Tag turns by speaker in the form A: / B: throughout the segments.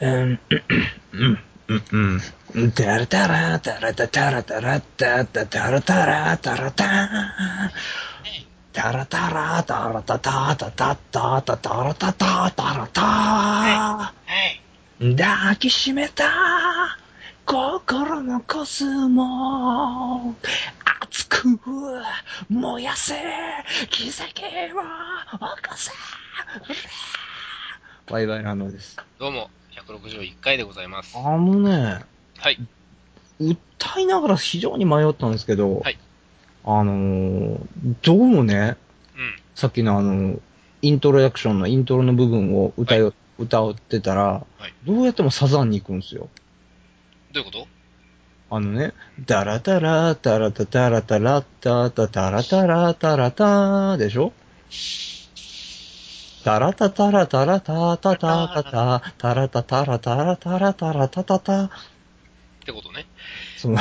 A: うん、うん、うん、うん。タラタラタラタタラタラタタタラタラタラター
B: ね
A: タラタラタラタタタタタタタラタタタラタ
B: はい。
A: 抱きしめた心のコスモ熱く燃やせ奇跡を起こせバイバイランドです。
B: どうも、161回でございます。
A: あのね、
B: はい。
A: 歌いながら非常に迷ったんですけど、
B: はい
A: あのーどうもね、
B: うん。
A: さっきのあの、イントロダクションのイントロの部分を歌い、歌ってたら、
B: い
A: どうやってもサザンに行くんですよ。
B: どういうこと
A: あのね、ダラダラダラダダラダラダダダラダラダラダでしょダラダダラダラダダダダダダラダダラダラダラダラダダダ
B: ってことね。
A: その、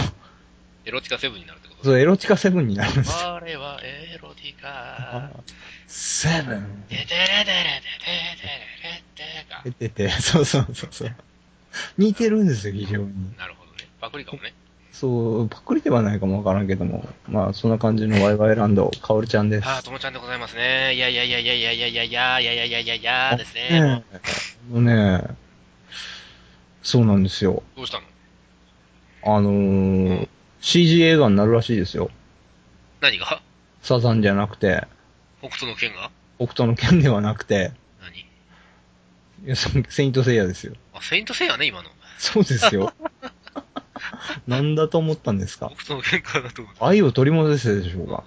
B: エロティカセブンになるってこと
A: そのエロチカセブンになるんですよ。
B: 我はエロティカ。
A: セブン
B: でででででででででか
A: 出。てて、 そうそうそうそう。似てるんですよ、非常に。
B: なるほどね。パクリかもね。
A: そう、パクリではないかもわからんけども。まあ、そんな感じのワイワイランド、かおるちゃんです。
B: あー、ともちゃんでございますね。いやいやいやいやいやいやいやいやいやいやいやいやいやですね。も
A: ねえ。ねえ。そうなんですよ。
B: うどうしたの
A: あのー、CG 映画になるらしいですよ。
B: 何が
A: サザンじゃなくて、
B: 北斗の剣が
A: 北斗の剣ではなくて、
B: 何
A: いやそセイントセイヤですよ。
B: あ、セイントセイヤね、今の。
A: そうです よ。なんだと思ったんですか
B: 北斗の剣かなと思って。
A: 愛を取り戻せでしょうか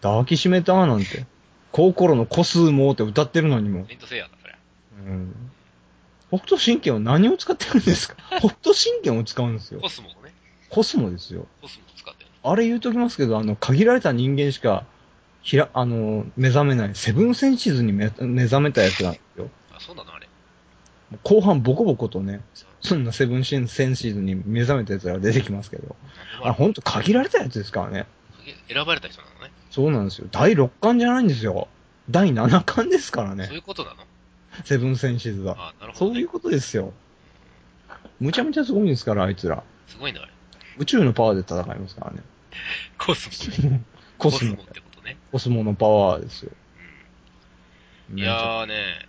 A: 抱きしめたなんて。心の個数もって歌ってるのにも
B: セ。イントセイヤだ、そりゃ。
A: うん、北斗神拳は何を使ってるんです か北斗神拳を使うんですよ
B: コ。スモをね。
A: コスモですよ。
B: コスモを使ってる。
A: あれ言うときますけど、あの、限られた人間しか、ひら、あの、目覚めない、セブンセンシズに目目覚めたやつなんですよ。
B: あ、そうなのあれ。
A: 後半ボコボコとね、そんなセブンセンシズに目覚めたやつが出てきますけど、
B: なんで
A: あ
B: もあ
A: れ
B: る
A: ほんと限られたやつですからね。
B: 選ばれた人なのね。
A: そうなんですよ。第6巻じゃないんですよ。第7巻ですから
B: そう
A: ね、
B: いうことなの
A: セブンセンシズは。
B: あ、なるほ
A: そ
B: ど、
A: う
B: ね。
A: いうことですよ。むちゃむちゃすごいんですから、あいつら。
B: すごいんだ、あれ。
A: 宇宙のパワーで戦いますから ね。
B: コスモね。
A: コスモ
B: コ、ってことね。
A: コスモのパワーですよ。
B: うん。いやーね、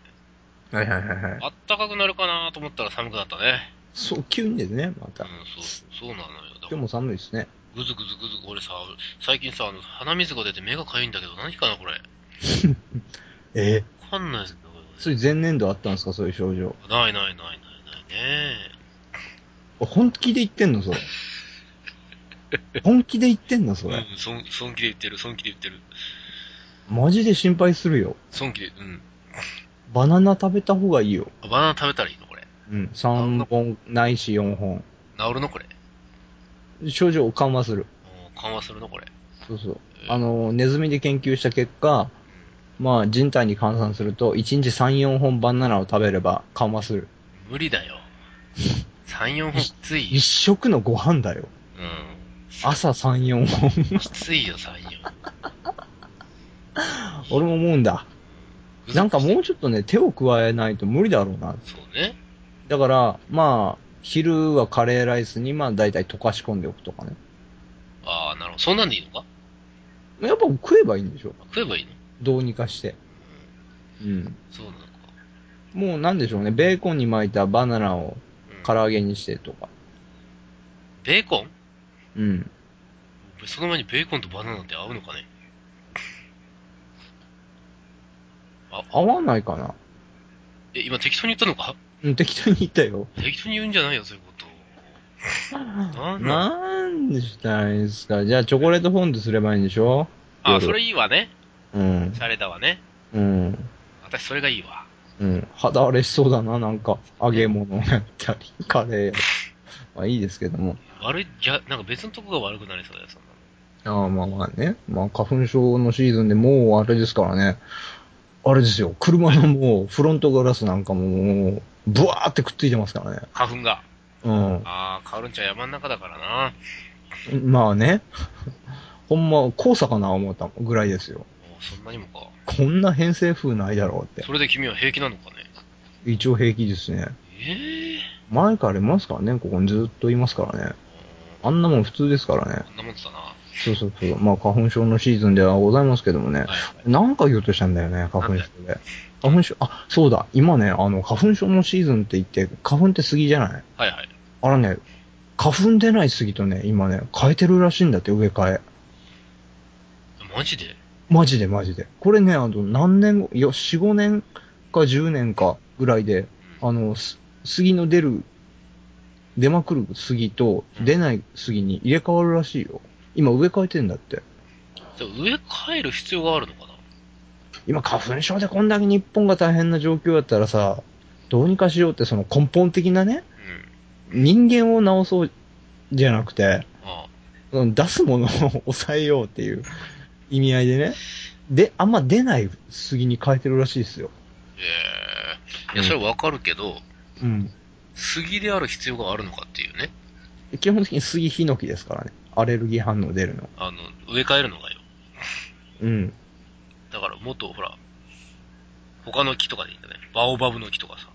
A: はいはいはいはい。
B: あったかくなるかなと思ったら寒くなったね。
A: そう、急にですね、ま
B: うん
A: た。、
B: そう、そうなのよ。だか
A: 今日
B: ら、
A: も寒いですね。
B: ぐずぐずぐず、これさ、最近さ、あの鼻水が出て目がかゆいんだけど、何かな、これ。
A: え
B: わかんないですけど、こ
A: つい前年度あったんですか、そういう症状。
B: れないないないないないね。
A: 本気で言ってんの、そ れ。本気で言ってんの、それ。
B: うん、そん損気で言ってる、損気で言ってる。
A: マジで心配するよ。
B: 損気で、うん。
A: バナナ食べた方がいいよ。
B: あバナナ食べたらいいの、これ。
A: うん。3本、ないし4本。
B: 治るの、これ。
A: 症状を緩和する。
B: もう緩和するの、これ。
A: そうそう。あの、ネズミで研究した結果、まあ、人体に換算すると、1日3、4本バナナを食べれば緩和する。
B: 無理 だよ。3、4本きつい
A: 一
B: よ。
A: 食のご飯だよ。
B: うん。
A: 朝3、4本。
B: きついよ、3、4。
A: 俺も思うんだ。なんかもう
B: ち
A: ちょっとね、手を加えないと無理だろうな。
B: そうね。
A: だから、まあ、昼はカレーライスに、まあ、大体溶かし込んでおくとかね。
B: ああ、なるほど。そんなんでいいのか
A: やっぱ食えばいいんでしょ
B: 食えばいいの
A: どうにかして。うん。
B: そうなのか。
A: もうなんでしょうね、ベーコンに巻いたバナナを
B: うん
A: 唐揚げにしてとか。
B: ベーコン
A: うん。
B: その前にベーコンとバナナって合うのかねあ、あ、
A: 合わないかな。
B: え、今適当に言ったのか
A: うん、適当に言ったよ。
B: 適当に言うんじゃないよ、そういうこと。なんだ
A: なんでしたらいいんですか。じゃあ、チョコレートフォンデュすればいいんでしょ
B: あ、
A: 夜
B: それいいわね。
A: うん。
B: シャレだわね。
A: うん。
B: 私それがいいわ。
A: うん。肌荒れしそうだな、なんか。揚げ物やったり、 カレー。まあいいですけども。
B: 悪い、じゃ、なんか別のとこが悪くなりそうだよ、そんなの。
A: ああ、まあまあね。まあ花粉症のシーズンでもうあれですからね。あれですよ。車のもうフロントガラスなんかももう、ブワーってくっついてますからね。
B: 花粉が。
A: う
B: ああ、カオルンちゃん山の中だからな。
A: ん。まあね。ほんま、黄砂かな思ったぐらいですよ。
B: おそんなにもか。
A: こんな偏西風ないだろうって。
B: それで君は平気なのかね
A: 一応平気ですね。
B: えええ
A: 前からいますからね、ここにずっといますからね。あんなもん普通ですからね。
B: こんなもんだな。は
A: そうそうそう。まあ、花粉症のシーズンではございますけどもね
B: い。。
A: なんか言おうとしたんだよね、花粉症で。花粉症、あ、そうだ、今ね、あの、花粉症のシーズンって言って、花粉って杉じゃない
B: はいはい。
A: あらね、花粉出ない杉とね、今ね、変えてるらしいんだって、植え替え。
B: マジで
A: マジでマジで。これね、あの、何年後、いや、4、5年か10年かぐらいで、あの、す杉の出る、出まくる杉と出ない杉に入れ替わるらしいよ。今植え替えてんだって。
B: でも植え替える必要があるのかな
A: 今花粉症でこんだけ日本が大変な状況だったらさ、どうにかしようってその根本的なね、
B: うん。
A: 人間を治そうじゃなくて、
B: ああ。
A: うん出すものを 抑えようっていう意味合いでね。で、あんま出ない杉に変えてるらしいですよ。
B: ええいや、それはわかるけど、
A: うん。
B: 杉である必要があるのかっていうね。
A: 基本的に杉ヒノキですからね。アレルギー反応出るの。
B: あの、植え替えるのがよ。
A: うん。
B: だから、もっと、ほら、他の木とかでいいんだね。バオバブの木とかさ。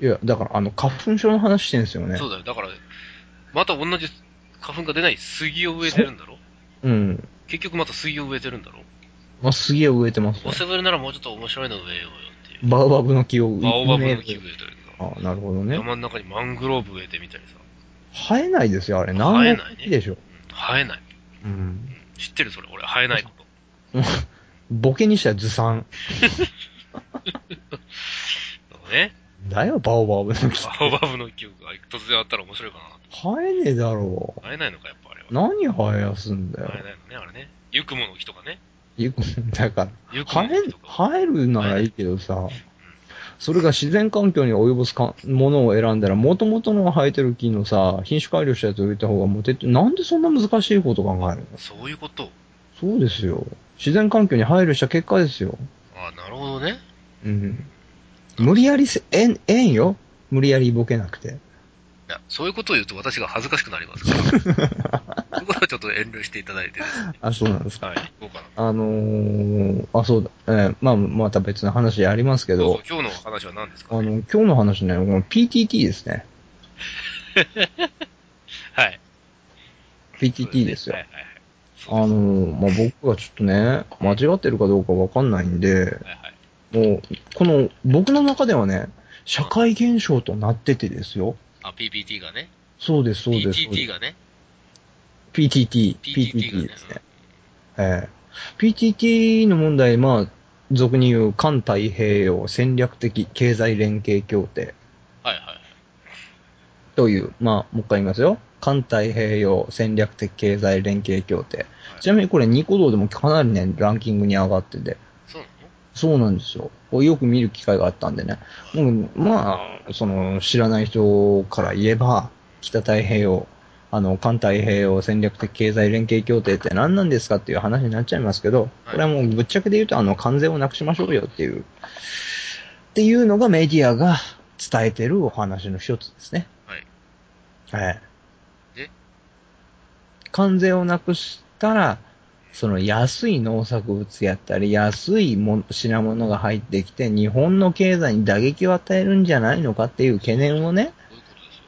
A: いや、だから、あの、花粉症の話してんですよね。
B: そうだよ。だから、また同じ花粉が出ない杉を植えてるんだろ
A: うん。
B: 結局また杉を植えてるんだろ
A: まあ、杉を植えてます
B: ど
A: ね
B: う。せ植えるならもうちょっと面白いの植えようよっていう。
A: バウバブの木を植え
B: バオバブの木植えてるとか。
A: あなるほどね。
B: 山の中にマングローブ植えてみたりさ。
A: 生えないですよ、あれ。
B: 生え
A: 何
B: ないね
A: 年いでしょ。
B: うん生えない。
A: うん。
B: 知ってるそれ。俺、生えないこと。
A: ボケにしてはずさん。
B: だからね。
A: だよ、バオバブの木。
B: バオバブの木が突然あったら面白いかな
A: 生えねえだろ
B: と。生えないのか、やっぱあれは
A: う。。何生えやすんだよ
B: 生え。ないのね、あれね。ゆくもの木とかね。
A: ゆだから、
B: ゆくも
A: 生
B: の
A: え
B: 木と、か。
A: 生えるならいいけどさ、それが自然環境に及ぼすかものを選んだら、元々の生えてる木のさ、品種改良したやつを植えた方がモテって、なんでそんな難しいこと考えるの
B: そういうこと。
A: そうですよ。自然環境に配慮した結果ですよ。
B: ああ、なるほどね。
A: うん。無理やりせ、えん、えんよ。無理やりボケなくて。
B: いや、そういうことを言うと私が恥ずかしくなりますから。そこはちょっと遠慮していただいてですね。
A: あ、そうなんですか。
B: はい、行こうかな。
A: あのー、あ、そうだ。えーまあ、また別の話ありますけ
B: ど
A: ど
B: うぞ、今日の話は何です
A: あ
B: か、
A: の、
B: ね、
A: 今日の話ね、この PTT ですね。
B: はい。
A: PTT ですよ
B: は。いはいはい。
A: あのー、まあ、僕はちょっとね、間違ってるかどうかわかんないんで、
B: はいはい。
A: もう、この、僕の中ではね、社会現象となっててですよ。
B: あ、PPT がね。
A: そうです、そうです。そうで
B: PTT
A: す
B: がね。
A: PTT、
B: PTT が
A: PTT
B: ね
A: ですね。ええ PTT の問題、まあ、俗に言う環太平洋戦略的経済連携協定
B: はいはい。
A: という、まあ、もう一回言いますよ。環太平洋戦略的経済連携協定。ちなみにこれニコ動でもかなりね、ランキングに上がってて。
B: そうな
A: そうなんですよ。こうよく見る機会があったんでね。もうまあ、その、知らない人から言えば、北太平洋、あの、環太平洋戦略的経済連携協定って何なんですかっていう話になっちゃいますけど、これはもうぶっちゃけで言うと、あの、関税をなくしましょうよっていう、っていうのがメディアが伝えてるお話の一つですね。はい。はい。
B: で
A: 関税をなくしたら、その安い農作物やったり、安いもの品物が入ってきて、日本の経済に打撃を与えるんじゃないのかっていう懸念をね、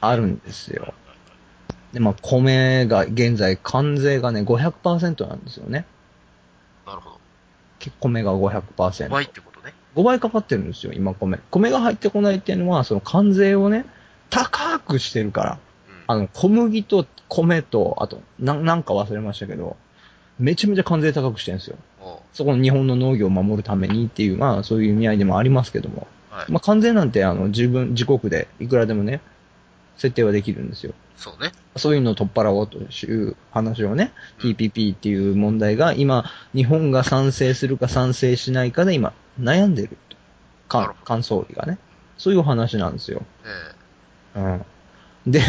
B: のそういうことですよ。
A: あるんですよ。で、まあ、米が現在関税がね、500%なんですよね。
B: なるほど。
A: 米が500%。
B: 倍ってことね。
A: 5倍かかってるんですよ、今米。米が入ってこないっていうのは、その関税をね、高くしてるから。
B: うん。
A: あの、小麦と米と、あと、ななんか忘れましたけど、めちゃめちゃ関税高くしてるんですよ。
B: おう
A: そこの日本の農業を守るためにっていう、まあそういう意味合いでもありますけども。
B: はい。
A: まあ関税なんてあの自分、自国でいくらでもね、設定はできるんですよ。
B: そうね。
A: そういうのを取っ払おうという話をね、TPP っていう問題が今、日本が賛成するか賛成しないかで今、悩んでると。
B: なる
A: か
B: ほ、
A: 菅総理がね。そういう話なんですよ。
B: ええ
A: うん。で、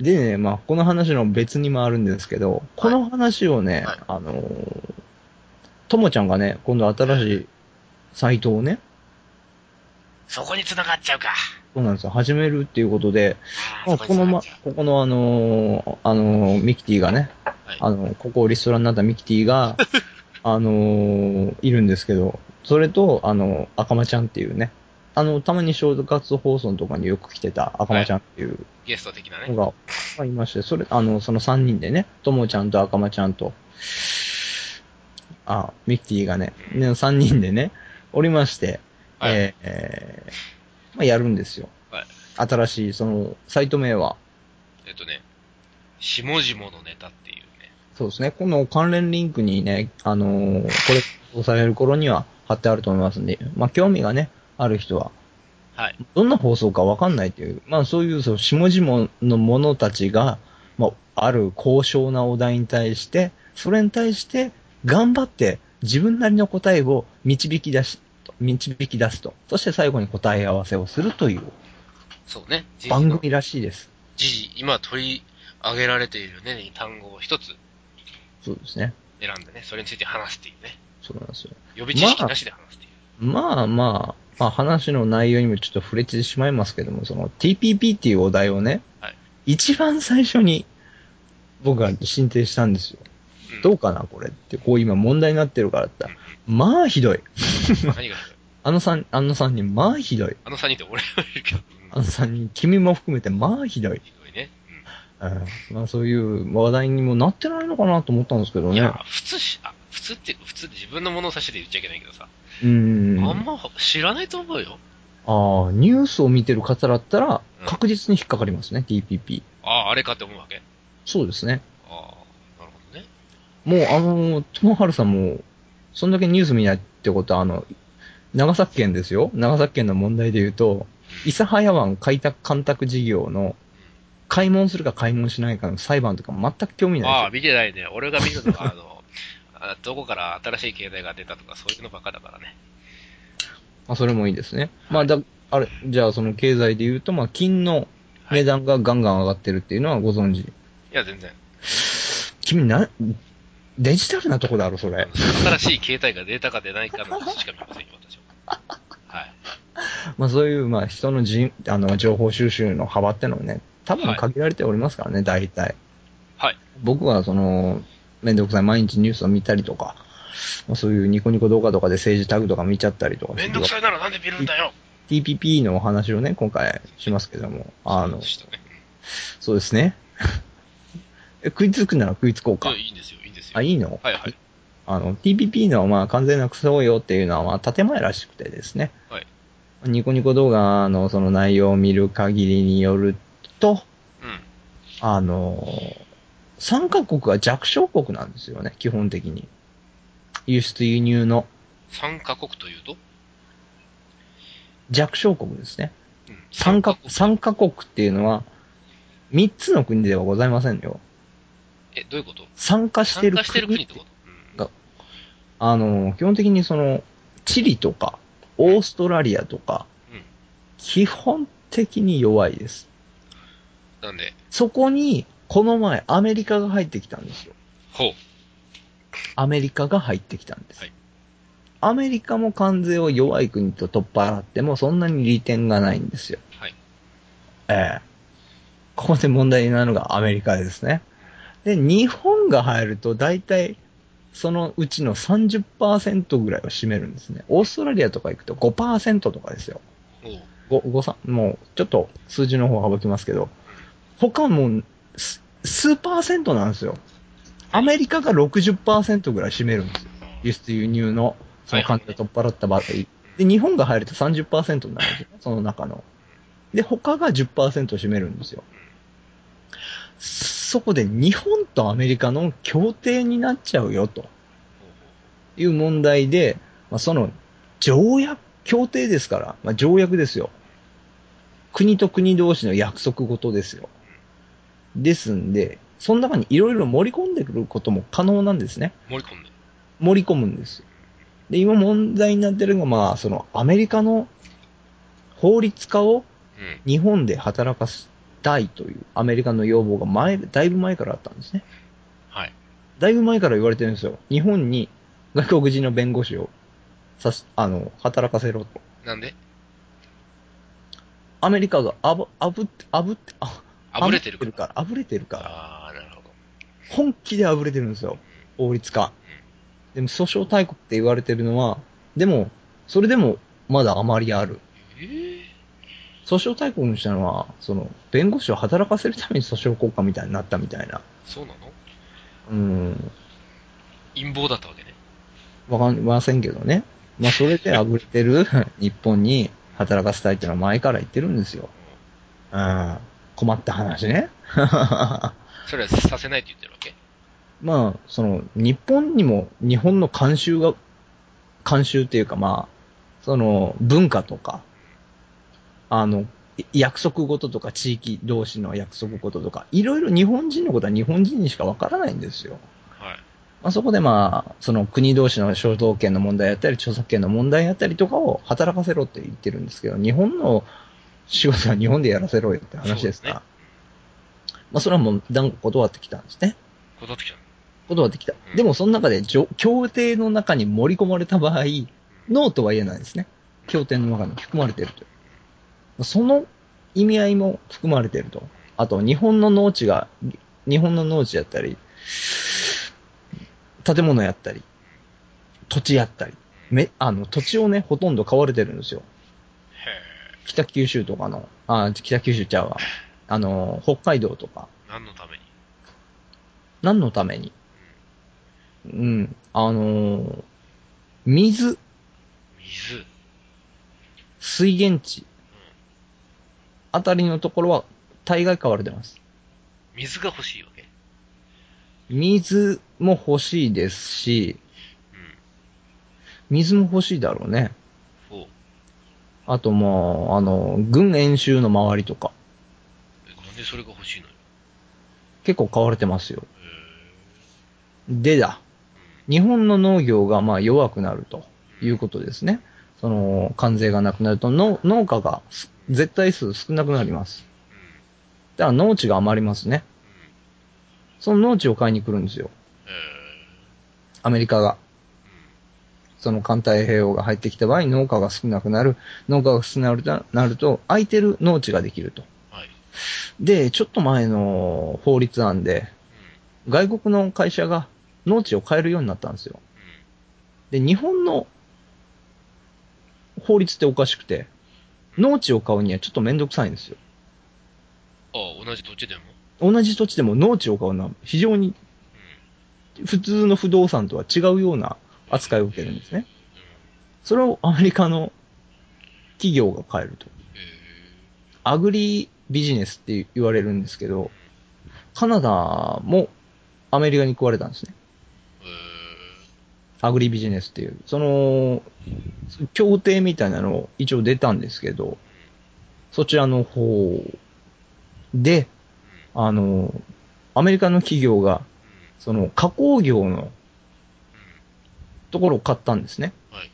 A: でね、まあ、この話の別にもあるんですけど、この話をね、
B: はい
A: あのーともちゃんがね、今度新しいサイトをね、
B: そこに繋がっちゃうか。
A: そうなんですよ、始めるっていうことで、
B: あ
A: まあ
B: あ、
A: このま、ここのあのーあのーミキティがね、
B: はい
A: あの、ここをリストラになったミキティ が、あのーいるんですけど、それと、あの、赤間ちゃんっていうね、あの、たまに正月放送とかによく来てた赤間ちゃんっていう
B: ゲスト的なね。
A: のが、い、まして、それ、あの、その3人でね、ともちゃんと赤間ちゃんと、あ、ミッキーがね、ね3人でね、おりまして、
B: はい
A: えーえーまあ、やるんですよ。
B: はい
A: 新しい、その、サイト名は、
B: えっとね、下々のネタっていうね。
A: そうですね、この関連リンクにね、あのーこれ、押される頃には貼ってあると思いますんで、まあ、興味がね、ある人は、
B: はい。
A: どんな放送かわかんないという、まあそういうその下々の者たちが、まあ、ある高尚なお題に対して、それに対して頑張って自分なりの答えを導き出し、導き出すと。そして最後に答え合わせをするという
B: そうね。時事の
A: 番組らしいです。
B: 時事、今取り上げられているね、単語を一つ
A: そうですね。
B: 選んでね、それについて話すっていうね。
A: そうなんですよ。
B: 予備知識なしで話すっていう。
A: まあまあ、まあ話の内容にもちょっと触れてしまいますけども、その TPP っていうお題をね、
B: はい
A: 一番最初に僕が申請したんですよ。
B: うん
A: どうかな、これって、こう今問題になってるからって。まあひどい。
B: 何がひどい
A: あの三、あの三人、まあひどい。
B: あの3人で俺はいるけど、
A: あ
B: うん
A: の三人、君も含めて、まあひどい。
B: ひどいね。うん
A: うんまあそういう話題にもなってないのかなと思ったんですけど
B: い
A: ね。、
B: や普通し、あ、普通って、普通自分の物差しで言っちゃいけないけどさ、
A: うん。
B: あんま知らないと思うよ。
A: ああ、ニュースを見てる方だったら
B: う、ん
A: 確実に引っかかりますね、TPP。
B: ああ、あれかって思うわけ。
A: そうですね。
B: ああ、なるほどね。
A: もうあの、ともはるさんも、そんだけニュース見ないってことは、あの、長崎県ですよ。長崎県の問題で言うと、諫早湾開拓干拓事業の、開門するか開門しないかの裁判とか全く興味
B: あ
A: ない
B: あ、見てないね。俺が見るのは、あの、あどこから新しい携帯が出たとか、そういうのばっかだからね。
A: ですよまあ、それもいいですね。まあ、だ、あれ、じゃあその経済で言うと、まあ、金の
B: はい
A: 値段がガンガン上がってるっていうのはご存知。
B: いや、全然。
A: 君な、デジタルなとこだろ、そ
B: あ
A: れ
B: の。新しい携帯が出たか出ないかの話しか見ませんよ、私は。はい。
A: まあ、そういう、まあ、人のじん、あの、情報収集の幅ってのはね、多分限られておりますからね、大体。
B: はい。
A: 僕はその、めんどくさい毎日ニュースを見たりとか、まあ、そういうニコニコ動画とかで政治タグとか見ちゃったりとかす
B: め
A: る
B: ん
A: か
B: ど
A: ら
B: くさいならなんで見るんだよ
A: TPP のお話をね、今回しますけども、あの、
B: そうでしたね
A: そうですね。 え食いつくなら食いつこう
B: うん
A: か
B: いや。いいんですよ、いいんですよ。
A: あ、いいの
B: はいはい。
A: あの、TPP のまあ完全なクソよっていうのはまあ建前らしくてですね。
B: はい。
A: ニコニコ動画のその内容を見る限りによると、
B: うん。
A: あの、参加国は弱小国なんですよね、基本的に。輸出輸入の
B: 3カ国というと
A: 弱小国ですね。
B: うん。
A: 参加、参
B: 三
A: 加国っていうのは、3つの国ではございませんよ。
B: え、どういうこと
A: 参加して
B: 参
A: る
B: 加
A: 国
B: してる国ってことうん
A: あの、基本的にその、チリとか、オーストラリアとか、
B: うん
A: 基本的に弱いです。
B: なんで、
A: そこに、この前、アメリカが入ってきたんですよ。
B: ほう。
A: アメリカが入ってきたんです。
B: はい
A: アメリカも関税を弱い国と取っ払っても、そんなに利点がないんですよ。
B: はい。
A: ええここで問題なのがアメリカですね。で、日本が入ると大体、そのうちの30%ぐらいを占めるんですね。オーストラリアとか行くと5%とかですよ。
B: おう。
A: 5、5、3、もうちょっと数字の方省きますけど、他もうす数パーセントなんですよ。アメリカが60%ぐらい占めるんですよ。輸出輸入の、その関税取っ払った場合。で、日本が入ると30%になるんですよね、その中の。で、他が10%占めるんですよ。そこで日本とアメリカの協定になっちゃうよ、という問題で、まあ、その条約、協定ですから、まあ、条約ですよ。国と国同士の約束事ですよ。ですんで、その中にいろいろ盛り込んでくることも可能なんですね。
B: 盛り込んで。
A: 盛り込むんです。で、今問題になってるのが、まあ、そのアメリカの法律家を
B: うん。
A: 日本で働かしたいというアメリカの要望が前、だいぶ前からあったんですね。
B: はい。
A: だいぶ前から言われてるんですよ。日本に外国人の弁護士をさす、あの、働かせろと。
B: なんで
A: アメリカがあぶ、あぶって、あぶって、あ、
B: あぶれてるから。
A: から。あぶれてるから。
B: ああ、なるほど。
A: 本気であぶれてるんですよ。法律家。でも訴訟大国って言われてるのは、でも、それでもまだあまりある。
B: うえ
A: 訴訟対抗にしたのは、その、弁護士を働かせるために訴訟効果みたいになったみたいな。
B: そうなの
A: うん、
B: 陰謀だったわけね。
A: わかりませんけどね。まあ、それであぶれてる日本に働かせたいっていうのは前から言ってるんですよ。うん、困った話ね。
B: それはさせないって言ってるわけ
A: まあ、その、日本にも、日本の慣習が、慣習っていうかまあ、その、文化とか、あの、い約束事とか、地域同士の約束事とか、いろいろ日本人のことは日本人にしかわからないんですよ。
B: はい。
A: まあ、そこでまあ、その国同士の肖像権の問題やったり、著作権の問題やったりとかを働かせろって言ってるんですけど、日本の仕事は日本でやらせろよって話ですから、
B: そう
A: まあ、それはもう断固断ってきたんですね。
B: 断ってきたの。
A: 断ってきた。でもその中でじょ、協定の中に盛り込まれた場合、ノーとは言えないですね。協定の中に含まれているという。その意味合いも含まれていると。あと、日本の農地が、日本の農地やったり、建物やったり、土地やったり、め、あの、土地をね、ほとんど買われてるんですよ。
B: へ
A: 北九州とかの、あ、北九州ちゃうわ。あの、北海道とか、
B: え。何のために
A: 何のためにうん、あのー水、
B: 水。
A: 水源地、あたりのところは大概買われてます。
B: 水が欲しいわけ。
A: 水も欲しいですし、
B: う
A: 水も欲しいだろうね。
B: ん。おう。
A: あともう、あの、軍演習の周りとか、
B: えなんでそれが欲しいのよ。
A: 結構買われてますよ。
B: へ
A: でだ、日本の農業がまあ弱くなるということですね。その、関税がなくなると、農農家がす絶対数少なくなります。
B: え。うん。
A: だから農地が余りますね。
B: うん。
A: その農地を買いに来るんですよ。
B: へえ。
A: アメリカが。
B: う
A: その環太平洋が入ってきた場合、農家が少なくなる。農家が少なくなるとなると、空いてる農地ができると。
B: ん。はい。
A: で、ちょっと前の法律案で、
B: う
A: 外国の会社が農地を変えるようになったんですよ。
B: ん。
A: で、日本の法律っておかしくて、農地を買うにはちょっとめんどくさいんですよ。
B: うん。ああ、同じ土地でも
A: 同じ土地でも農地を買うのは非常に普通の不動産とは違うような扱いを受けるんですね。
B: う
A: それをアメリカの企業が変えると。
B: ん。へえ。
A: アグリビジネスって言われるんですけど、カナダもアメリカに食われたんですね。
B: へえ。
A: アグリビジネスっていう。その、協定みたいなの一応出たんですけど、そちらの方で、あの、アメリカの企業が、その加工業のところを買ったんですね。
B: うん。はい。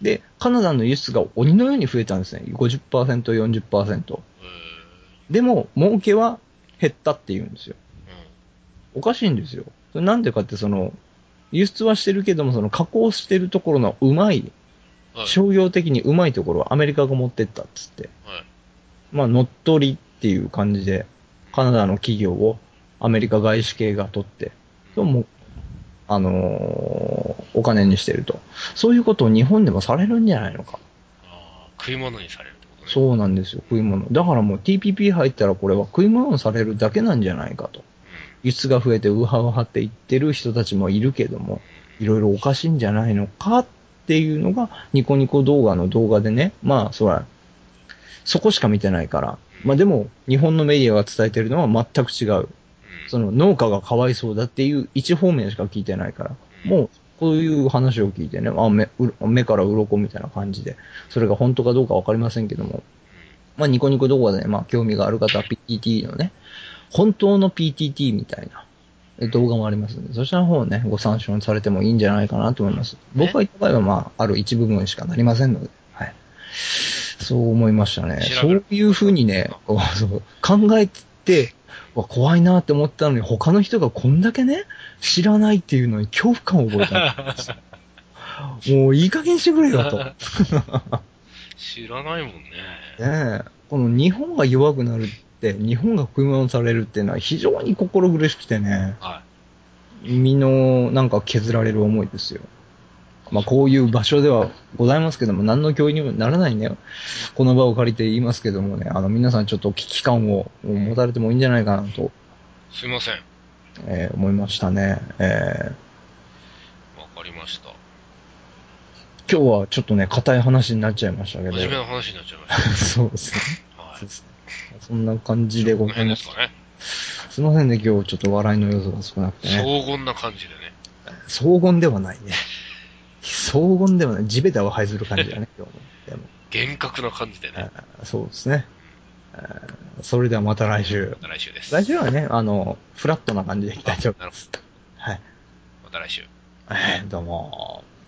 A: で、カナダの輸出が鬼のように増えたんですね。50%、40%。
B: へ
A: でも、儲けは減ったって言うんですよ。
B: え。うん。
A: おかしいんですよ。それなんでかって、その、輸出はしてるけども、その加工してるところのうまい、
B: はい。
A: 商業的にうまいところはアメリカが持ってったっつって、
B: はい。
A: まあ乗っ取りっていう感じで、カナダの企業をアメリカ外資系が取って、それをもうあのーお金にしてると。そういうことを日本でもされるんじゃないのか。
B: ああ、食い物にされるってことね。う。
A: そうなんですよ、食い物。だからもう TPP 入ったらこれは食い物をされるだけなんじゃないかと。輸出が増えてウハウハって言ってる人たちもいるけども、いろいろおかしいんじゃないのかっていうのが、ニコニコ動画の動画でね、まあ、そら、そこしか見てないから、まあでも、日本のメディアが伝えてるのは全く違う。
B: うん。
A: その農家がかわいそうだっていう一方面しか聞いてないから、もう、こういう話を聞いてね、あ目う目から鱗みたいな感じで、それが本当かどうかわかりませんけども、まあ、ニコニコ動画でね、まあ、興味がある方は PTT のね、本当の PTT みたいなえ動画もありますので、そちらの方をね、ご参照されてもいいんじゃないかなと思います。僕が言った場合は、まあ、ある一部分しかなりませんので、はい。そう思いましたね。
B: 調
A: そ
B: べ
A: う
B: る
A: いうふうにね、こうそう考えて、わ怖いなって思ったのに、他の人がこんだけね、知らないっていうのに恐怖感を覚えたん ですよ。もういい加減してくれよと。
B: 知らないもんね。
A: ねえ、この日本が弱くなるって、日本が食い物にされるっていうのは非常に心苦しくてね、
B: は
A: 身のなんか削られる思いですよ。
B: い。
A: まあ、こういう場所ではございますけども、何の教員にもならないんだよ。この場を借りて言いますけどもね、あの、皆さんちょっと危機感を持たれてもいいんじゃないかなと、
B: すいません。わ
A: えー思いましたね。え
B: かりました。
A: ー今日はちょっとね、硬い話になっちゃいましたけど
B: 真。面目な話になっちゃいまし
A: そうですね。
B: た。は
A: そう
B: い
A: で。すねそんな感じで
B: こ
A: ご
B: の
A: ざい
B: 辺
A: ま
B: です
A: す。
B: かね。
A: すいませんね、今日ちょっと笑いの要素が少なくてね。
B: 荘厳な感じでね。
A: 荘厳ではないね。荘厳ではない。地べたを這いずる感じだ ね、今日も。でも
B: 厳格な感じでね。
A: あそうですね。あそれではまた来週。
B: また来週です。
A: 来週はね、あの、フラットな感じでいきたいと思います。
B: なるほど
A: はい。
B: また来週。
A: はいどうも。